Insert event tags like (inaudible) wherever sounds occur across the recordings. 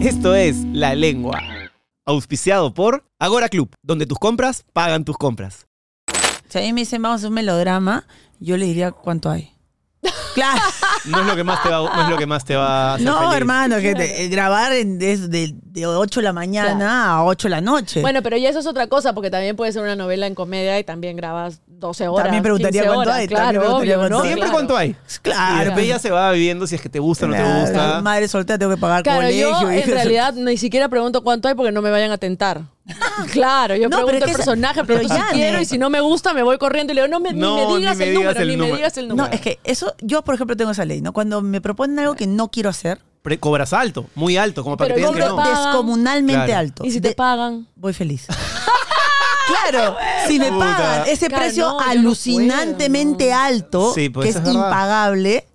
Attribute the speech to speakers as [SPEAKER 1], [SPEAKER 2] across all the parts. [SPEAKER 1] Esto es La Lengua. Auspiciado por Agora Club, donde tus compras pagan tus compras.
[SPEAKER 2] Si a mí me dicen vamos a hacer un melodrama, yo le diría cuánto
[SPEAKER 3] (laughs)
[SPEAKER 2] hay. Claro.
[SPEAKER 1] No es lo que más te va, no es lo que más te va a hacer
[SPEAKER 2] (laughs) No,
[SPEAKER 1] feliz.
[SPEAKER 2] hermano, que te- eh, grabar en- es de, de 8 de la mañana a 8 de la noche.
[SPEAKER 3] Bueno, pero ya eso es otra cosa, porque también puede ser una novela en comedia y también grabas 12 horas.
[SPEAKER 2] También preguntaría
[SPEAKER 3] 15
[SPEAKER 2] cuánto
[SPEAKER 3] horas,
[SPEAKER 2] hay, también
[SPEAKER 3] Claro,
[SPEAKER 2] preguntaría
[SPEAKER 3] obvio,
[SPEAKER 2] cuánto
[SPEAKER 3] ¿no?
[SPEAKER 2] hay.
[SPEAKER 1] Siempre
[SPEAKER 3] Claro.
[SPEAKER 1] cuánto hay. Y de
[SPEAKER 2] claro,
[SPEAKER 1] repente ella se va viviendo si es que te gusta o no te
[SPEAKER 2] Claro,
[SPEAKER 1] gusta.
[SPEAKER 2] Madre soltera, tengo que pagar
[SPEAKER 3] Claro,
[SPEAKER 2] colegio.
[SPEAKER 3] yo en
[SPEAKER 2] hija.
[SPEAKER 3] realidad ni siquiera pregunto cuánto hay porque no me vayan
[SPEAKER 2] (laughs)
[SPEAKER 3] a tentar. Claro, yo
[SPEAKER 2] No, pero es
[SPEAKER 3] pregunto
[SPEAKER 2] que
[SPEAKER 3] el
[SPEAKER 2] esa-
[SPEAKER 3] personaje,
[SPEAKER 2] pero
[SPEAKER 3] pregunto
[SPEAKER 2] (laughs)
[SPEAKER 3] si
[SPEAKER 2] ya,
[SPEAKER 3] quiero
[SPEAKER 2] ne.
[SPEAKER 3] y si no me gusta me voy corriendo y le digo, no, me, ni
[SPEAKER 1] No,
[SPEAKER 3] me digas el número, ni me digas el
[SPEAKER 2] No,
[SPEAKER 3] número.
[SPEAKER 2] es que eso, yo por ejemplo tengo esa ley, ¿no? Cuando me proponen algo que no quiero hacer,
[SPEAKER 1] Pre- cobras alto, muy alto, como para
[SPEAKER 3] Pero
[SPEAKER 1] que te digan
[SPEAKER 3] cobro
[SPEAKER 1] que no.
[SPEAKER 3] pa-
[SPEAKER 2] descomunalmente
[SPEAKER 1] Claro.
[SPEAKER 2] alto.
[SPEAKER 3] Y si te
[SPEAKER 2] De-
[SPEAKER 3] pagan.
[SPEAKER 2] voy
[SPEAKER 3] (laughs)
[SPEAKER 2] feliz. claro, si me
[SPEAKER 1] Puta.
[SPEAKER 2] pagan ese
[SPEAKER 3] Claro,
[SPEAKER 2] precio
[SPEAKER 3] no, yo no
[SPEAKER 2] alucinantemente
[SPEAKER 3] puedo,
[SPEAKER 2] alto,
[SPEAKER 1] Sí, pues,
[SPEAKER 2] que
[SPEAKER 1] eso
[SPEAKER 2] es
[SPEAKER 1] es verdad.
[SPEAKER 2] impagable,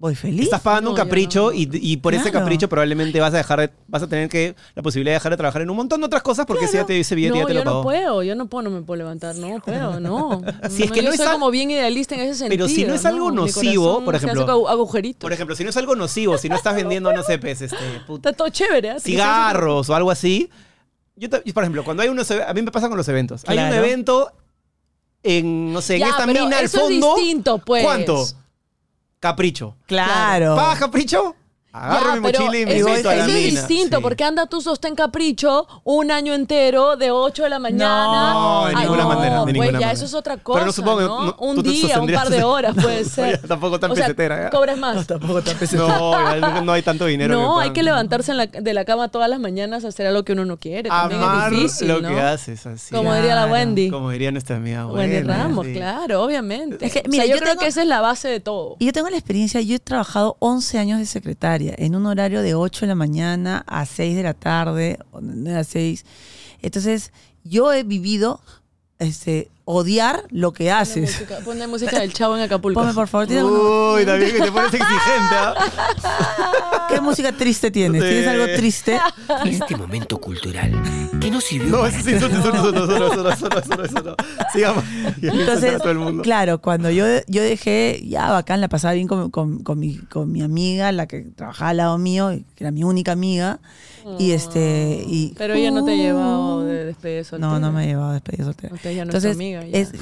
[SPEAKER 2] voy feliz.
[SPEAKER 1] Estás pagando un
[SPEAKER 3] No, yo
[SPEAKER 1] capricho
[SPEAKER 3] no.
[SPEAKER 1] y, y por ese
[SPEAKER 2] Claro.
[SPEAKER 1] capricho probablemente vas a dejar de- vas a tener que la posibilidad de dejar de trabajar en un montón de otras cosas porque ese, ya te, ese billete
[SPEAKER 3] no,
[SPEAKER 1] ya te
[SPEAKER 3] yo
[SPEAKER 1] lo pagó.
[SPEAKER 3] no puedo, yo no puedo, no me puedo levantar,
[SPEAKER 1] (laughs)
[SPEAKER 3] no puedo, no.
[SPEAKER 1] Si es que no
[SPEAKER 3] yo
[SPEAKER 1] es
[SPEAKER 3] soy
[SPEAKER 1] al-
[SPEAKER 3] como bien idealista en ese sentido.
[SPEAKER 1] Pero si no es algo
[SPEAKER 3] Mi
[SPEAKER 1] nocivo,
[SPEAKER 3] corazón
[SPEAKER 1] por
[SPEAKER 3] se hace
[SPEAKER 1] ejemplo-
[SPEAKER 3] agu- agujeritos.
[SPEAKER 1] Por ejemplo, si no es algo nocivo, si no estás vendiendo, no sé, pues, este, puta,
[SPEAKER 3] Está todo chévere. ¿eh? Así que se hace-
[SPEAKER 1] cigarros o algo así. Yo, ta- por ejemplo, cuando hay unos, eve- a mí me pasa con los eventos. Hay un
[SPEAKER 2] Claro.
[SPEAKER 1] evento en, no sé, en
[SPEAKER 3] Ya,
[SPEAKER 1] esta
[SPEAKER 3] pero
[SPEAKER 1] mina al
[SPEAKER 3] eso es
[SPEAKER 1] fondo.
[SPEAKER 3] distinto, pues.
[SPEAKER 1] ¿Cuánto? Capricho.
[SPEAKER 2] Claro.
[SPEAKER 1] ¿Pagas capricho? Agarro
[SPEAKER 3] Ya,
[SPEAKER 1] mi
[SPEAKER 3] pero
[SPEAKER 1] mochila y me
[SPEAKER 3] eso,
[SPEAKER 1] meto a la
[SPEAKER 3] eso
[SPEAKER 1] mina.
[SPEAKER 3] es distinto,
[SPEAKER 1] Sí.
[SPEAKER 3] porque anda tú sostén capricho un año entero de 8 de la mañana.
[SPEAKER 1] No, de
[SPEAKER 3] Ay,
[SPEAKER 1] ninguna
[SPEAKER 3] no,
[SPEAKER 1] manera, de
[SPEAKER 3] pues
[SPEAKER 1] ninguna
[SPEAKER 3] ya
[SPEAKER 1] manera.
[SPEAKER 3] eso es otra
[SPEAKER 1] Pero
[SPEAKER 3] cosa.
[SPEAKER 1] no supongo que no- tú
[SPEAKER 3] un
[SPEAKER 1] te
[SPEAKER 3] día, un par
[SPEAKER 1] sostendrías-
[SPEAKER 3] de horas
[SPEAKER 1] (laughs)
[SPEAKER 3] puede
[SPEAKER 1] No,
[SPEAKER 3] ser.
[SPEAKER 1] ya tampoco tan
[SPEAKER 3] o sea,
[SPEAKER 1] pesetera, ¿eh?
[SPEAKER 3] Cobras
[SPEAKER 1] (laughs)
[SPEAKER 3] más.
[SPEAKER 2] Tampoco
[SPEAKER 3] (laughs)
[SPEAKER 2] tan pesado.
[SPEAKER 1] No, no, no hay tanto dinero.
[SPEAKER 3] no, hay
[SPEAKER 1] puedan-
[SPEAKER 3] que levantarse en la- de la cama todas las mañanas a hacer algo que uno no quiere. También
[SPEAKER 1] Amar
[SPEAKER 3] es difícil,
[SPEAKER 1] lo
[SPEAKER 3] ¿no?
[SPEAKER 1] que haces, así.
[SPEAKER 3] Como diría la
[SPEAKER 2] Claro,
[SPEAKER 3] Wendy.
[SPEAKER 1] Como diría nuestra amiga
[SPEAKER 3] Wendy
[SPEAKER 1] Wendy,
[SPEAKER 3] Ramos,
[SPEAKER 1] sí.
[SPEAKER 3] claro, obviamente.
[SPEAKER 2] Es que,
[SPEAKER 3] O sea,
[SPEAKER 2] mira,
[SPEAKER 3] yo,
[SPEAKER 2] yo
[SPEAKER 3] creo
[SPEAKER 2] tengo-
[SPEAKER 3] que esa es la base de todo.
[SPEAKER 2] Y yo tengo la experiencia, yo he trabajado 11 años de secretaria en un horario de 8 de la mañana a 6 de la tarde, o de nueve a 6. Entonces, yo he vivido este, odiar lo que
[SPEAKER 3] Ponle
[SPEAKER 2] haces.
[SPEAKER 3] música, ponle música del chavo en
[SPEAKER 2] (laughs)
[SPEAKER 3] Acapulco.
[SPEAKER 2] Ponme, por favor, ¿tienes alguna-
[SPEAKER 1] Uy, también que te
[SPEAKER 3] (laughs)
[SPEAKER 1] pones exigente. ¿ah?
[SPEAKER 3] Uh.
[SPEAKER 2] ¿qué música triste tienes? ¿Tienes
[SPEAKER 1] Sí.
[SPEAKER 2] algo
[SPEAKER 3] (laughs)
[SPEAKER 2] triste?
[SPEAKER 4] Este momento cultural que no sirvió
[SPEAKER 1] No,
[SPEAKER 4] para
[SPEAKER 1] eso sí, eso, sí, eso, no, eso, no, eso, no, eso, no, eso, no, eso, no. Sigamos. Y ahí
[SPEAKER 2] Entonces,
[SPEAKER 1] insultar a todo el mundo.
[SPEAKER 2] claro, cuando yo, yo dejé, ya bacán, la pasaba bien con, con- con mi, con mi amiga, la que trabajaba al lado mío, que era mi única amiga. Y este. Y,
[SPEAKER 3] Pero ella no te llevaba
[SPEAKER 2] Uh.
[SPEAKER 3] de despedida de soltero.
[SPEAKER 2] No, no me llevaba a despedida soltera.
[SPEAKER 3] Entonces ya no es tu
[SPEAKER 2] Entonces,
[SPEAKER 3] amiga, ya.
[SPEAKER 2] es-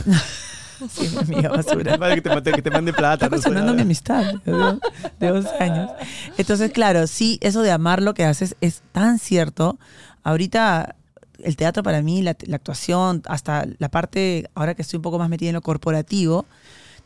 [SPEAKER 2] (laughs) sí, mi amiga
[SPEAKER 3] (laughs)
[SPEAKER 2] basura.
[SPEAKER 1] Madre, que te, mate- que te mande plata.
[SPEAKER 2] Está
[SPEAKER 1] no sé,
[SPEAKER 2] cuestionando mi
[SPEAKER 1] nada.
[SPEAKER 2] amistad ¿no? de 11 años. Entonces, claro, sí, eso de amar lo que haces es tan cierto. Ahorita el teatro para mí, la, la actuación, hasta la parte, ahora que estoy un poco más metida en lo corporativo,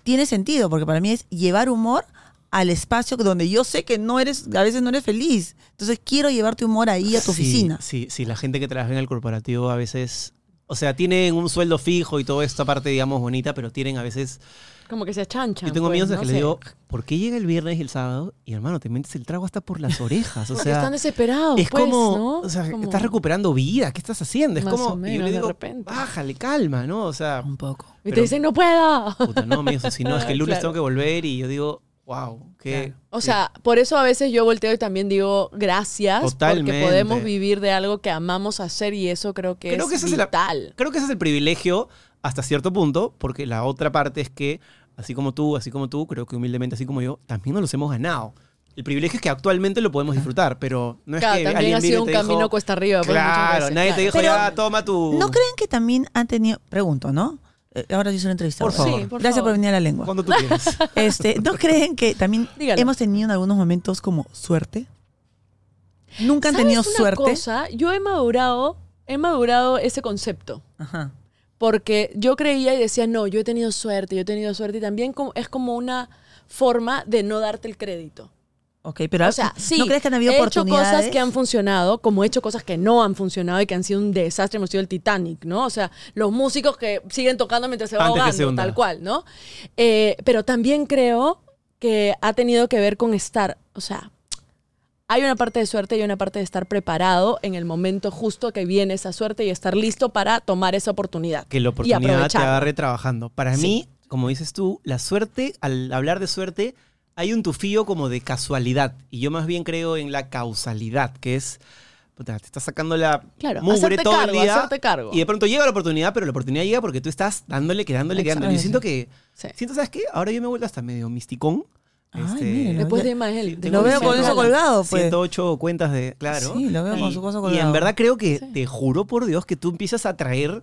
[SPEAKER 2] tiene sentido, porque para mí es llevar humor al espacio donde yo sé que no eres, a veces no eres feliz. Entonces quiero llevar tu humor ahí a tu
[SPEAKER 1] Sí,
[SPEAKER 2] oficina.
[SPEAKER 1] Sí, sí, la gente que trabaja en el corporativo a veces. O sea, tienen un sueldo fijo y toda esta parte, digamos, bonita, pero tienen a veces.
[SPEAKER 3] Como que se achanchan.
[SPEAKER 1] Yo tengo
[SPEAKER 3] pues,
[SPEAKER 1] amigos
[SPEAKER 3] no
[SPEAKER 1] que
[SPEAKER 3] sé.
[SPEAKER 1] les digo, ¿por qué llega el viernes y el sábado? Y hermano, te metes el trago hasta por las orejas. O
[SPEAKER 3] Porque
[SPEAKER 1] sea,
[SPEAKER 3] están desesperados.
[SPEAKER 1] es
[SPEAKER 3] pues,
[SPEAKER 1] como,
[SPEAKER 3] ¿no?
[SPEAKER 1] o sea,
[SPEAKER 3] Como-
[SPEAKER 1] estás recuperando vida, ¿qué estás haciendo? Es
[SPEAKER 3] Más
[SPEAKER 1] como,
[SPEAKER 3] o
[SPEAKER 1] y yo
[SPEAKER 3] menos,
[SPEAKER 1] le
[SPEAKER 3] de
[SPEAKER 1] digo,
[SPEAKER 3] repente.
[SPEAKER 1] bájale, calma, ¿no? O sea,
[SPEAKER 2] Un poco.
[SPEAKER 3] Y te
[SPEAKER 1] pero-
[SPEAKER 3] dicen, no puedo. (laughs)
[SPEAKER 1] puta, no, amigos, si no, es que el lunes
[SPEAKER 3] Claro.
[SPEAKER 1] tengo que volver y yo digo, wow, qué...
[SPEAKER 3] O sea, por eso a veces yo volteo y también digo gracias.
[SPEAKER 1] Totalmente.
[SPEAKER 3] Porque podemos vivir de algo que amamos hacer y eso creo que
[SPEAKER 1] Creo
[SPEAKER 3] es
[SPEAKER 1] que esa es la-
[SPEAKER 3] vital.
[SPEAKER 1] Creo que ese es el privilegio hasta cierto punto, porque la otra parte es que, así como tú, así como tú, creo que humildemente, así como yo, también nos los hemos ganado. El privilegio es que actualmente lo podemos disfrutar, pero no es
[SPEAKER 3] Claro,
[SPEAKER 1] que
[SPEAKER 3] también
[SPEAKER 1] alguien
[SPEAKER 3] ha
[SPEAKER 1] vino y
[SPEAKER 3] sido un
[SPEAKER 1] te dijo,
[SPEAKER 3] camino cuesta arriba. pues, muchas
[SPEAKER 1] Claro,
[SPEAKER 3] veces,
[SPEAKER 1] nadie te
[SPEAKER 3] claro.
[SPEAKER 1] dijo,
[SPEAKER 2] Pero,
[SPEAKER 1] ya, toma tu...
[SPEAKER 2] ¿No creen que también han tenido, pregunto, ¿no? Eh, Ahora yo soy una entrevistadora.
[SPEAKER 1] Por favor.
[SPEAKER 3] Sí, por
[SPEAKER 2] Gracias
[SPEAKER 3] favor.
[SPEAKER 2] por venir a la lengua.
[SPEAKER 1] Cuando tú
[SPEAKER 3] (laughs)
[SPEAKER 1] quieras.
[SPEAKER 2] Este, (laughs) ¿No creen que también
[SPEAKER 3] Dígalo.
[SPEAKER 2] hemos tenido en algunos momentos como suerte? Nunca han
[SPEAKER 3] ¿Sabes
[SPEAKER 2] tenido
[SPEAKER 3] una
[SPEAKER 2] suerte.
[SPEAKER 3] cosa? Yo he madurado, he madurado ese concepto.
[SPEAKER 2] Ajá.
[SPEAKER 3] porque yo creía y decía, no, yo he tenido suerte, yo he tenido suerte, y también como- es como una forma de no darte el crédito.
[SPEAKER 2] Ok, pero
[SPEAKER 3] O sea, sí,
[SPEAKER 2] ¿no crees que han habido
[SPEAKER 3] he hecho
[SPEAKER 2] oportunidades?
[SPEAKER 3] cosas que han funcionado, como he hecho cosas que no han funcionado y que han sido un desastre, hemos sido el Titanic, ¿no? O sea, los músicos que siguen tocando mientras se va
[SPEAKER 1] Antes que se
[SPEAKER 3] ahogando,
[SPEAKER 1] hunda.
[SPEAKER 3] tal cual, ¿no? Eh, pero también creo que ha tenido que ver con estar, o sea, hay una parte de suerte y una parte de estar preparado en el momento justo que viene esa suerte y estar listo para tomar esa oportunidad.
[SPEAKER 1] que la oportunidad te
[SPEAKER 3] aprovecharla.
[SPEAKER 1] agarre trabajando. Para
[SPEAKER 3] Sí.
[SPEAKER 1] mí, como dices tú, la suerte, al hablar de suerte, hay un tufillo como de casualidad. Y yo más bien creo en la causalidad, que es. puta, te estás sacando la
[SPEAKER 3] Claro,
[SPEAKER 1] mugre
[SPEAKER 3] hacerte
[SPEAKER 1] todo el
[SPEAKER 3] cargo,
[SPEAKER 1] día.
[SPEAKER 3] hacerte cargo.
[SPEAKER 1] Y de pronto llega la oportunidad, pero la oportunidad llega porque tú estás dándole, que dándole, que dándole. Yo siento
[SPEAKER 2] Exacto.
[SPEAKER 1] que.
[SPEAKER 3] Sí.
[SPEAKER 1] Siento, ¿sabes qué? Ahora yo me he vuelto hasta medio misticón.
[SPEAKER 2] Ay,
[SPEAKER 1] Este,
[SPEAKER 2] miren, lo-
[SPEAKER 3] Después
[SPEAKER 2] ya-
[SPEAKER 3] de Imagel.
[SPEAKER 1] tengo
[SPEAKER 2] Lo veo con
[SPEAKER 1] 100
[SPEAKER 2] eso colgado, pues.
[SPEAKER 1] 108 cuentas de. Claro.
[SPEAKER 2] Sí, lo veo con
[SPEAKER 1] Y-
[SPEAKER 2] su
[SPEAKER 1] Y
[SPEAKER 2] cosa
[SPEAKER 1] en
[SPEAKER 2] colgado.
[SPEAKER 1] verdad creo que,
[SPEAKER 3] Sí.
[SPEAKER 1] te juro por Dios, que tú empiezas a traer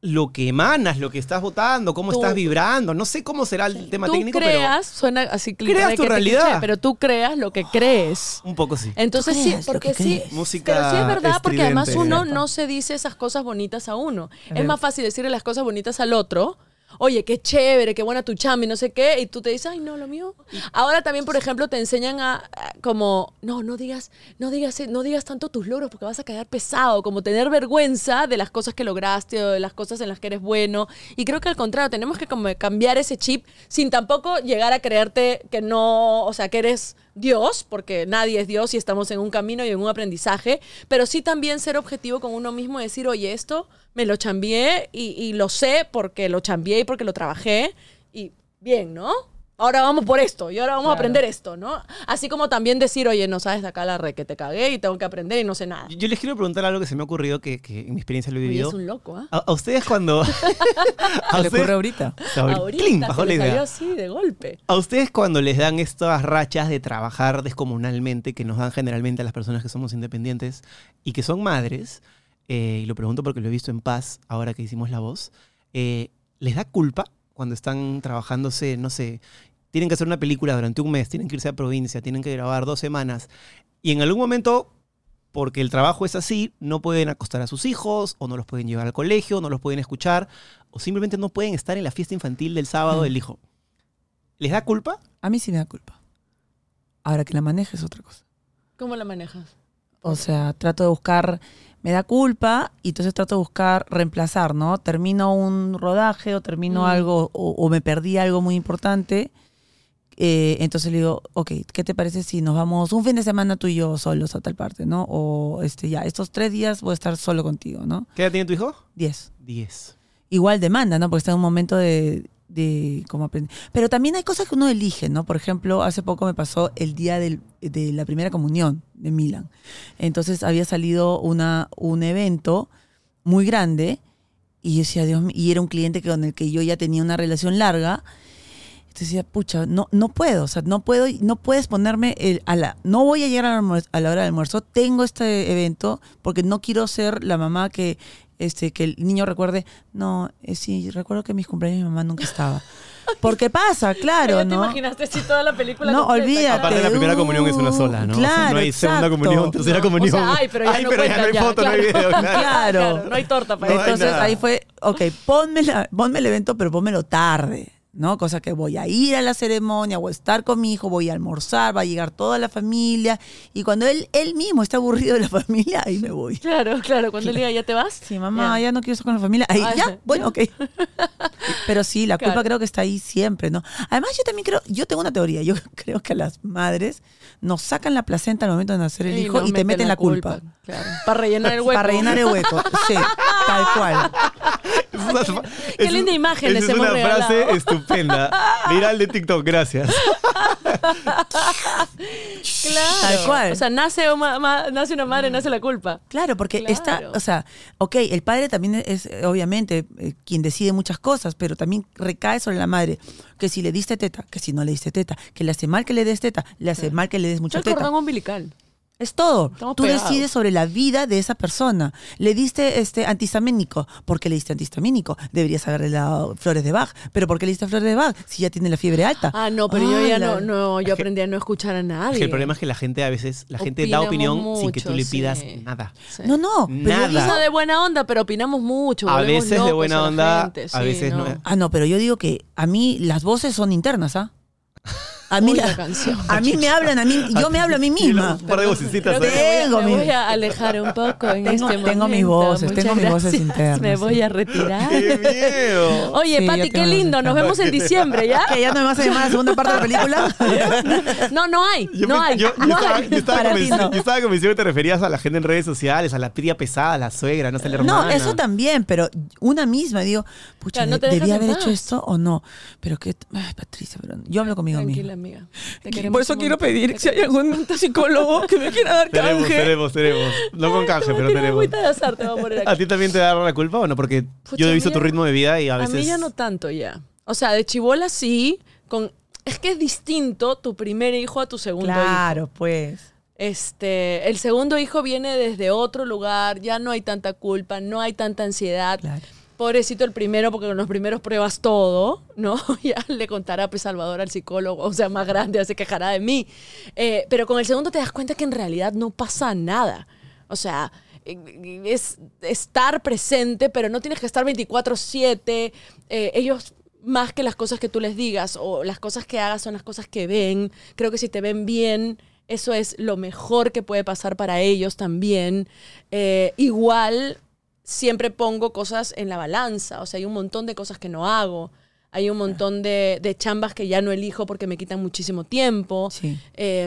[SPEAKER 1] lo que emanas, lo que estás votando, cómo
[SPEAKER 3] Tú-
[SPEAKER 1] estás vibrando. No sé cómo será el tema
[SPEAKER 3] tú
[SPEAKER 1] técnico,
[SPEAKER 3] creas, suena así cliché,
[SPEAKER 1] Creas tu
[SPEAKER 3] que te
[SPEAKER 1] realidad.
[SPEAKER 3] cliché, pero tú creas lo que crees.
[SPEAKER 1] pero un poco sí.
[SPEAKER 3] Entonces
[SPEAKER 2] Tú
[SPEAKER 3] sí,
[SPEAKER 2] creas lo
[SPEAKER 3] porque
[SPEAKER 2] que
[SPEAKER 3] sí.
[SPEAKER 2] crees.
[SPEAKER 1] Música
[SPEAKER 3] Pero sí es verdad, porque además
[SPEAKER 1] estridente.
[SPEAKER 3] uno no se dice esas cosas bonitas a uno. Es
[SPEAKER 2] Ajá.
[SPEAKER 3] más fácil decirle las cosas bonitas al otro. Oye, qué chévere, qué buena tu chamba y no sé qué. Y tú te dices, ay, no, lo mío. Ahora también, por ejemplo, te enseñan a, a como, no, no digas, no digas, no digas tanto tus logros porque vas a quedar pesado. Como tener vergüenza de las cosas que lograste o de las cosas en las que eres bueno. Y creo que al contrario, tenemos que como cambiar ese chip sin tampoco llegar a creerte que no, o sea, que eres Dios, porque nadie es Dios y estamos en un camino y en un aprendizaje, pero sí también ser objetivo con uno mismo y decir, oye, esto me lo chambié y, y lo sé porque lo chambié y porque lo trabajé y bien, ¿no? Ahora vamos por esto y ahora vamos a aprender esto, ¿no? Así como también decir, oye, no sabes de acá la red que te cagué y tengo que aprender y no sé nada.
[SPEAKER 1] Yo- Yo les quiero preguntar algo que se me ha ocurrido, que, que en mi experiencia lo he
[SPEAKER 3] Oye,
[SPEAKER 1] vivido.
[SPEAKER 3] es un loco, ¿ah?
[SPEAKER 1] a, a ustedes cuando... a,
[SPEAKER 2] Se le
[SPEAKER 1] ustedes,
[SPEAKER 2] ocurre ahorita.
[SPEAKER 1] (laughs) Ahorita, ¡cling!
[SPEAKER 3] Ahorita
[SPEAKER 1] Bajó
[SPEAKER 3] se
[SPEAKER 1] la
[SPEAKER 3] le
[SPEAKER 1] idea.
[SPEAKER 3] salió así de golpe.
[SPEAKER 1] A ustedes cuando les dan estas rachas de trabajar descomunalmente, que nos dan generalmente a las personas que somos independientes y que son madres, eh, y lo pregunto porque lo he visto en paz ahora que hicimos la voz, eh, ¿les da culpa cuando están trabajándose, no sé, tienen que hacer una película durante un mes, tienen que irse a provincia, tienen que grabar dos semanas, y en algún momento, porque el trabajo es así, no pueden acostar a sus hijos, o no los pueden llevar al colegio, no los pueden escuchar, o simplemente no pueden estar en la fiesta infantil del sábado del hijo? ¿Les da culpa?
[SPEAKER 2] A mí sí me da culpa. Ahora que la maneje es otra cosa.
[SPEAKER 3] ¿Cómo la manejas?
[SPEAKER 2] O sea, trato de buscar, me da culpa y entonces trato de buscar reemplazar, ¿no? Termino un rodaje o termino
[SPEAKER 3] Mm.
[SPEAKER 2] algo o, o me perdí algo muy importante. eh, entonces le digo, ok, ¿qué te parece si nos vamos un fin de semana tú y yo solos a tal parte, ¿no? O este, ya, estos tres días voy a estar solo contigo, ¿no?
[SPEAKER 1] ¿Qué edad tiene tu hijo?
[SPEAKER 2] Diez.
[SPEAKER 1] 10.
[SPEAKER 2] igual demanda, ¿no? Porque está en un momento de, de cómo aprender. Pero también hay cosas que uno elige, ¿no? Por ejemplo, hace poco me pasó el día del- de la primera comunión de Milan. Entonces había salido una, un evento muy grande y yo decía, Dios mío, y era un cliente que, con el que yo ya tenía una relación larga. Entonces decía, pucha, no, no puedo, o sea, no puedo, no puedes ponerme el- a la, no voy a llegar al almuer- a la hora del almuerzo, tengo este evento porque no quiero ser la mamá que, este, que el niño recuerde, no, eh, sí, recuerdo que en mis cumpleaños mi mamá nunca
[SPEAKER 3] (laughs)
[SPEAKER 2] estaba. Porque pasa, claro,
[SPEAKER 3] ya te
[SPEAKER 2] ¿no?
[SPEAKER 3] imaginaste si toda la película
[SPEAKER 2] No,
[SPEAKER 3] completa,
[SPEAKER 2] olvídate.
[SPEAKER 3] claro.
[SPEAKER 1] Aparte, la primera
[SPEAKER 2] Uh,
[SPEAKER 1] comunión es una sola, ¿no? O sea,
[SPEAKER 2] claro,
[SPEAKER 1] no hay segunda
[SPEAKER 2] exacto.
[SPEAKER 1] comunión, tercera
[SPEAKER 3] No,
[SPEAKER 1] comunión.
[SPEAKER 3] o sea, ay, pero ya no
[SPEAKER 1] pero ya
[SPEAKER 3] cuentan
[SPEAKER 1] hay
[SPEAKER 3] ya,
[SPEAKER 1] foto, no hay
[SPEAKER 3] (laughs) claro.
[SPEAKER 1] video. claro.
[SPEAKER 2] Claro.
[SPEAKER 3] Claro, no hay torta para
[SPEAKER 1] No
[SPEAKER 3] eso.
[SPEAKER 1] hay
[SPEAKER 2] Entonces
[SPEAKER 1] nada.
[SPEAKER 2] ahí fue, ok, ponme, la- ponme el evento, pero ponmelo tarde, ¿no? Cosa que voy a ir a la ceremonia, voy a estar con mi hijo, voy a almorzar, va a llegar toda la familia. Y cuando él, él mismo está aburrido de la (laughs) familia, ahí me voy.
[SPEAKER 3] Claro, claro, cuando él diga ya te vas.
[SPEAKER 2] Sí, mamá, ya no quiero estar con la familia. Ahí,
[SPEAKER 3] Ah,
[SPEAKER 2] ya, bueno, (laughs) ok. Pero sí, la culpa
[SPEAKER 3] Claro.
[SPEAKER 2] creo que está ahí siempre, ¿no? Además, yo también creo, yo tengo una teoría, yo (laughs) creo que a las madres nos sacan la placenta al momento de nacer el hijo y te meten la culpa.
[SPEAKER 3] Claro. Para rellenar el hueco.
[SPEAKER 2] Para rellenar
[SPEAKER 3] (laughs)
[SPEAKER 2] el hueco, (laughs) sí, tal cual.
[SPEAKER 1] Es una fra-
[SPEAKER 3] Qué
[SPEAKER 1] es-
[SPEAKER 3] linda imagen
[SPEAKER 1] esa
[SPEAKER 3] les
[SPEAKER 1] Es
[SPEAKER 3] hemos
[SPEAKER 1] una
[SPEAKER 3] regalado.
[SPEAKER 1] frase
[SPEAKER 3] (laughs)
[SPEAKER 1] estupenda. Viral de TikTok, gracias.
[SPEAKER 3] Claro.
[SPEAKER 2] Tal cual. Mm.
[SPEAKER 3] O sea, nace una, ma- nace una madre, nace la culpa.
[SPEAKER 2] Claro, porque
[SPEAKER 3] Claro.
[SPEAKER 2] está, o sea, ok, el padre también es eh, obviamente eh, quien decide muchas cosas, pero también recae sobre la madre, que si le diste teta, que si no le diste teta, que le hace mal que le des teta, le hace mal que le des
[SPEAKER 3] Está
[SPEAKER 2] mucha
[SPEAKER 3] el
[SPEAKER 2] teta.
[SPEAKER 3] cordón umbilical.
[SPEAKER 2] Es todo.
[SPEAKER 3] Estamos
[SPEAKER 2] Tú
[SPEAKER 3] pegados.
[SPEAKER 2] decides sobre la vida de esa persona. Le diste este antihistamínico, ¿por qué le diste antihistamínico? Deberías haberle dado flores de Bach, pero ¿por qué le diste flores de Bach si ya tiene la fiebre alta?
[SPEAKER 3] Ah, no, pero yo
[SPEAKER 2] Ay,
[SPEAKER 3] ya
[SPEAKER 2] la-
[SPEAKER 3] no, no, yo aprendí a no escuchar a nadie.
[SPEAKER 1] Es que el problema es que la gente a veces, la gente da
[SPEAKER 3] Opinamos
[SPEAKER 1] opinión sin que tú
[SPEAKER 3] mucho,
[SPEAKER 1] le
[SPEAKER 3] sí.
[SPEAKER 1] pidas nada.
[SPEAKER 3] Sí.
[SPEAKER 2] No, no, pero yo
[SPEAKER 1] Nada.
[SPEAKER 2] digo-
[SPEAKER 3] Quizá de buena onda, pero opinamos mucho.
[SPEAKER 1] A
[SPEAKER 3] volvemos
[SPEAKER 1] veces de
[SPEAKER 3] locos
[SPEAKER 1] buena
[SPEAKER 3] la
[SPEAKER 1] onda,
[SPEAKER 3] gente,
[SPEAKER 1] a
[SPEAKER 3] sí,
[SPEAKER 1] veces no.
[SPEAKER 2] Ah, no, pero yo digo que a mí las voces son internas, ¿ah? A mí,
[SPEAKER 3] Uy,
[SPEAKER 2] la-
[SPEAKER 3] la canción.
[SPEAKER 2] a mí me hablan, a mí, yo me hablo a mí (laughs) misma.
[SPEAKER 1] Un par de vocecitas.
[SPEAKER 3] Creo que
[SPEAKER 1] ¿eh?
[SPEAKER 3] me voy a-
[SPEAKER 2] Tengo
[SPEAKER 3] me
[SPEAKER 2] mi-
[SPEAKER 3] voy a alejar un poco en
[SPEAKER 2] Tengo-
[SPEAKER 3] este
[SPEAKER 2] tengo mis
[SPEAKER 3] momento.
[SPEAKER 2] voces,
[SPEAKER 3] Muchas
[SPEAKER 2] tengo mis voces
[SPEAKER 3] gracias.
[SPEAKER 2] internas,
[SPEAKER 3] (laughs) Me
[SPEAKER 2] sí.
[SPEAKER 3] voy a retirar.
[SPEAKER 1] ¡Qué
[SPEAKER 3] (laughs)
[SPEAKER 1] miedo!
[SPEAKER 3] Oye,
[SPEAKER 2] Sí,
[SPEAKER 3] Pati,
[SPEAKER 2] yo
[SPEAKER 3] qué
[SPEAKER 2] tengo
[SPEAKER 3] lindo. Nos
[SPEAKER 2] mis
[SPEAKER 3] vemos en
[SPEAKER 1] (laughs)
[SPEAKER 3] diciembre, ¿ya?
[SPEAKER 2] ¿Que ya no me vas a llamar a la segunda parte de la (laughs) película?
[SPEAKER 3] No, no hay.
[SPEAKER 1] Yo,
[SPEAKER 3] no
[SPEAKER 1] me-
[SPEAKER 3] hay.
[SPEAKER 1] yo- yo
[SPEAKER 3] no
[SPEAKER 1] estaba,
[SPEAKER 3] hay.
[SPEAKER 1] yo estaba
[SPEAKER 2] Para ti
[SPEAKER 1] convencido,
[SPEAKER 2] no.
[SPEAKER 1] yo estaba convencido que te referías a la gente en redes sociales, a la tía pesada, a la suegra, no sé, la hermana.
[SPEAKER 2] No, eso también, pero una misma, digo, pucha,
[SPEAKER 3] Claro, no te
[SPEAKER 2] ¿debía
[SPEAKER 3] dejas en
[SPEAKER 2] haber
[SPEAKER 3] paz.
[SPEAKER 2] hecho esto o no? Pero que, ay, Patricia, pero yo hablo conmigo
[SPEAKER 3] Tranquila,
[SPEAKER 2] misma.
[SPEAKER 3] amiga. Te
[SPEAKER 2] Y
[SPEAKER 3] queremos
[SPEAKER 2] Por eso
[SPEAKER 3] un
[SPEAKER 2] quiero
[SPEAKER 3] montón.
[SPEAKER 2] pedir
[SPEAKER 3] Te
[SPEAKER 2] si hay algún psicólogo que me quiera dar
[SPEAKER 1] Tenemos,
[SPEAKER 2] canje.
[SPEAKER 1] tenemos, tenemos. No con
[SPEAKER 3] Te
[SPEAKER 1] canje,
[SPEAKER 3] voy a
[SPEAKER 1] pero
[SPEAKER 3] tirar
[SPEAKER 1] tenemos.
[SPEAKER 3] agüita de azar, te voy a poner
[SPEAKER 1] (laughs)
[SPEAKER 3] aquí.
[SPEAKER 1] ¿A ti también te da la culpa o no? Porque
[SPEAKER 3] Pucha,
[SPEAKER 1] yo
[SPEAKER 3] a
[SPEAKER 1] he visto
[SPEAKER 3] mí
[SPEAKER 1] tu
[SPEAKER 3] ya-
[SPEAKER 1] ritmo de vida y a
[SPEAKER 3] A
[SPEAKER 1] veces.
[SPEAKER 3] mí ya no tanto ya. O sea, de chivola sí, con es que es distinto tu primer hijo a tu segundo hijo.
[SPEAKER 2] Claro, pues.
[SPEAKER 3] Este, el segundo hijo viene desde otro lugar, ya no hay tanta culpa, no hay tanta ansiedad.
[SPEAKER 2] Claro.
[SPEAKER 3] Pobrecito el primero, porque con los primeros pruebas todo, ¿no? (laughs) Ya le contará pues Salvador al psicólogo, o sea, más grande, ya se quejará de mí. Eh, pero con el segundo te das cuenta que en realidad no pasa nada. O sea, eh, es estar presente, pero no tienes que estar 24/7. Eh, ellos, más que las cosas que tú les digas o las cosas que hagas, son las cosas que ven. Creo que si te ven bien, eso es lo mejor que puede pasar para ellos también. Eh, igual, siempre pongo cosas en la balanza. O sea, hay un montón de cosas que no hago. Hay un montón de, de chambas que ya no elijo porque me quitan muchísimo tiempo.
[SPEAKER 2] Sí.
[SPEAKER 3] Eh,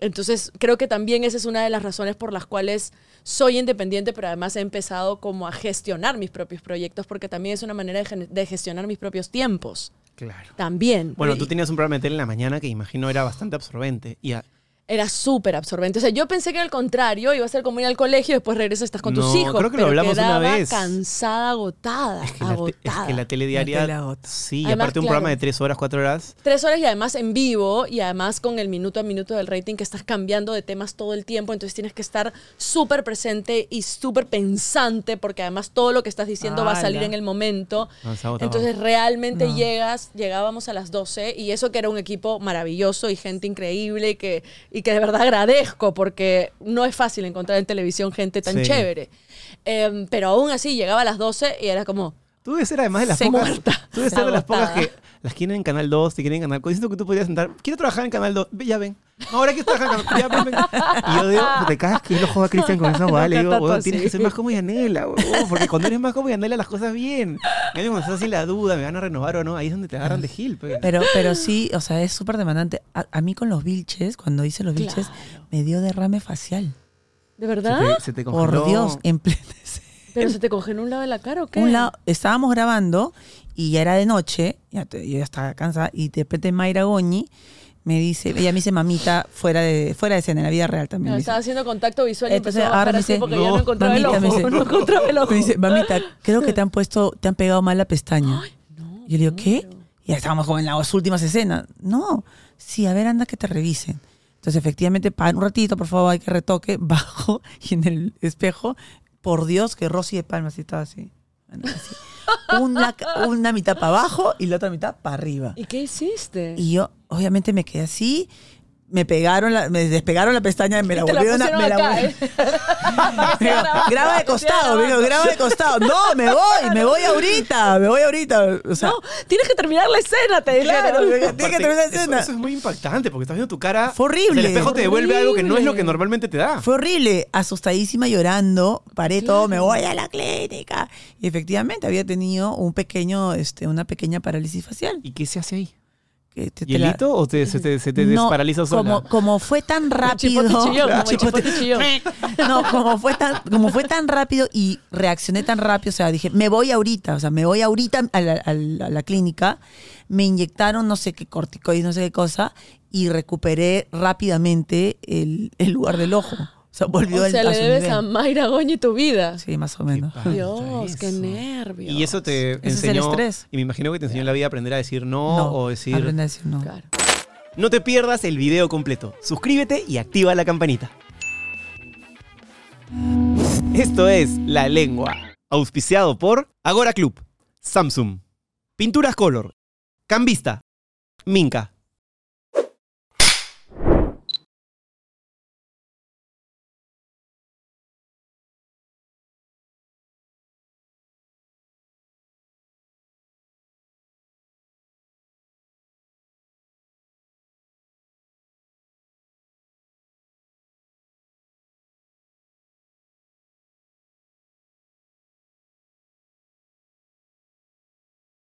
[SPEAKER 3] entonces, creo que también esa es una de las razones por las cuales soy independiente, pero además he empezado como a gestionar mis propios proyectos, porque también es una manera de, gen- de gestionar mis propios tiempos.
[SPEAKER 1] Claro.
[SPEAKER 3] También.
[SPEAKER 1] Bueno, tú tenías un programa de tele en la mañana que imagino era bastante absorbente. Y a-
[SPEAKER 3] Era súper absorbente. O sea, yo pensé que al contrario, iba a ser como ir al colegio y después regresas, estás con tus
[SPEAKER 1] No,
[SPEAKER 3] hijos.
[SPEAKER 1] creo que lo
[SPEAKER 3] pero
[SPEAKER 1] hablamos una
[SPEAKER 3] quedaba
[SPEAKER 1] vez.
[SPEAKER 3] cansada, agotada,
[SPEAKER 1] que la te- es
[SPEAKER 3] agotada.
[SPEAKER 1] que la tele diaria.
[SPEAKER 2] La tele agota.
[SPEAKER 1] sí, y
[SPEAKER 3] Además,
[SPEAKER 1] aparte un
[SPEAKER 3] claro.
[SPEAKER 1] programa de tres horas, cuatro horas.
[SPEAKER 3] Tres horas y además en vivo y además con el minuto a minuto del rating que estás cambiando de temas todo el tiempo, entonces tienes que estar súper presente y súper pensante porque además todo lo que estás diciendo va a salir
[SPEAKER 2] ¡Hala!
[SPEAKER 3] en el momento.
[SPEAKER 1] No, se agotaba.
[SPEAKER 3] Entonces realmente
[SPEAKER 2] No.
[SPEAKER 3] llegas, llegábamos a las 12 y eso que era un equipo maravilloso y gente increíble y que, y que de verdad agradezco porque no es fácil encontrar en televisión gente tan
[SPEAKER 1] Sí.
[SPEAKER 3] chévere. Em, pero aún así llegaba a las 12 y era como,
[SPEAKER 1] Tú debes ser además de las
[SPEAKER 3] Se
[SPEAKER 1] pocas.
[SPEAKER 3] muerta.
[SPEAKER 1] Tú debes ser de las pocas
[SPEAKER 3] Agotada.
[SPEAKER 1] que las quieren en Canal 2, te quieren en Canal 4. Diciendo que tú podías sentar. Quiero trabajar en Canal 2. Ve, Ya ven. No, ahora quiero trabajar en Canal ya ven, ven. Y yo digo, te cagas que lo juega Cristian con esa hueá. Le digo,
[SPEAKER 3] tanto
[SPEAKER 1] huevón, tienes
[SPEAKER 3] así.
[SPEAKER 1] que ser más como Yanela, huevón, Porque cuando eres más como Yanela, las cosas bien. Y cuando estás así la duda, me van a renovar o no. Ahí es donde te agarran de gil. pues. pe.
[SPEAKER 2] Pero, pero sí, o sea, es súper demandante. A, a mí con los bilches, cuando hice los bilches,
[SPEAKER 3] Claro.
[SPEAKER 2] me dio derrame facial.
[SPEAKER 1] Se
[SPEAKER 3] ¿de verdad?
[SPEAKER 1] te, se te congeló.
[SPEAKER 2] Por Dios, en (laughs) pleno...
[SPEAKER 3] ¿Pero se te coge en un lado de la cara o qué?
[SPEAKER 2] Un lado, estábamos grabando y ya era de noche, ya te- yo ya estaba cansada, y de repente Mayra Goñi me dice, ella me dice mamita fuera de, fuera de escena, en la vida real también.
[SPEAKER 3] No,
[SPEAKER 2] me dice.
[SPEAKER 3] estaba haciendo contacto visual y
[SPEAKER 2] Entonces,
[SPEAKER 3] empezó a bajar
[SPEAKER 2] ahora me
[SPEAKER 3] así
[SPEAKER 2] dice,
[SPEAKER 3] porque ya no
[SPEAKER 1] no,
[SPEAKER 3] encontraba el ojo.
[SPEAKER 2] me dice,
[SPEAKER 3] no encontraba el ojo.
[SPEAKER 2] me dice, mamita, creo que te han puesto, te han pegado mal la pestaña.
[SPEAKER 3] No,
[SPEAKER 2] Yo le digo,
[SPEAKER 3] no,
[SPEAKER 2] ¿qué?
[SPEAKER 3] pero-
[SPEAKER 2] Ya estábamos como en las últimas escenas. No, sí, a ver, anda que te revisen. Entonces, efectivamente, para un ratito, por favor, hay que retoque, (laughs) bajo y en el espejo, por Dios, que Rosy de Palma así estaba así. así. Una, ca- una mitad para abajo y la otra mitad para arriba.
[SPEAKER 3] ¿Y qué hiciste?
[SPEAKER 2] Y yo, obviamente, me quedé así. Me pegaron, la- me despegaron la pestaña, me la
[SPEAKER 3] Te la
[SPEAKER 2] volvieron a...
[SPEAKER 3] pusieron
[SPEAKER 2] Me la
[SPEAKER 3] acá,
[SPEAKER 2] volvieron-
[SPEAKER 3] ¿eh?
[SPEAKER 2] (laughs)
[SPEAKER 3] Te la grabaron,
[SPEAKER 2] graba de
[SPEAKER 3] te la
[SPEAKER 2] costado,
[SPEAKER 3] grabaron.
[SPEAKER 2] amigo, graba de costado. No,
[SPEAKER 3] (laughs)
[SPEAKER 2] me voy, me voy ahorita, me voy ahorita. O sea,
[SPEAKER 3] No, tienes que terminar la escena, te
[SPEAKER 2] Claro,
[SPEAKER 3] dijeron.
[SPEAKER 2] tiene que terminar la
[SPEAKER 1] eso-
[SPEAKER 2] escena.
[SPEAKER 1] Eso es muy impactante porque estás viendo tu cara.
[SPEAKER 2] Fue horrible.
[SPEAKER 1] O sea, El espejo te devuelve algo que no es lo que
[SPEAKER 3] Horrible.
[SPEAKER 1] normalmente te da.
[SPEAKER 2] Fue horrible, asustadísima, llorando, paré todo, me voy a la clínica. Y efectivamente había tenido un pequeño, este, una pequeña parálisis facial.
[SPEAKER 1] ¿Y qué se hace ahí?
[SPEAKER 2] Que te- te la-
[SPEAKER 1] ¿Hielito o te, se te, se te
[SPEAKER 2] No,
[SPEAKER 1] desparaliza sola?
[SPEAKER 2] Como, como fue tan rápido. (laughs)
[SPEAKER 3] Chipote chillón, como
[SPEAKER 2] Chipote-
[SPEAKER 3] chipote chillón.
[SPEAKER 2] (laughs) No, como fue tan, como fue tan rápido y reaccioné tan rápido, o sea, dije, me voy ahorita, o sea, me voy ahorita a la, a la- a la clínica, me inyectaron no sé qué corticoides, no sé qué cosa, y recuperé rápidamente el, el lugar del ojo. O sea, volvió
[SPEAKER 3] O sea,
[SPEAKER 2] al, a
[SPEAKER 3] le
[SPEAKER 2] su
[SPEAKER 3] debes
[SPEAKER 2] nivel.
[SPEAKER 3] a Mayra Goñi tu vida.
[SPEAKER 2] Sí, más o menos.
[SPEAKER 1] Qué
[SPEAKER 3] Dios, qué
[SPEAKER 1] Eso.
[SPEAKER 3] nervios.
[SPEAKER 1] Y eso te
[SPEAKER 2] es el
[SPEAKER 1] enseñó.
[SPEAKER 2] estrés.
[SPEAKER 1] Y me imagino que te enseñó en la vida a aprender a decir no, o decir.
[SPEAKER 2] aprende a decir no.
[SPEAKER 3] Claro.
[SPEAKER 1] No te pierdas el video completo. Suscríbete y activa la campanita. Esto es La Lengua, auspiciado por Agora Club, Samsung, Pinturas Color, Cambista, Minca,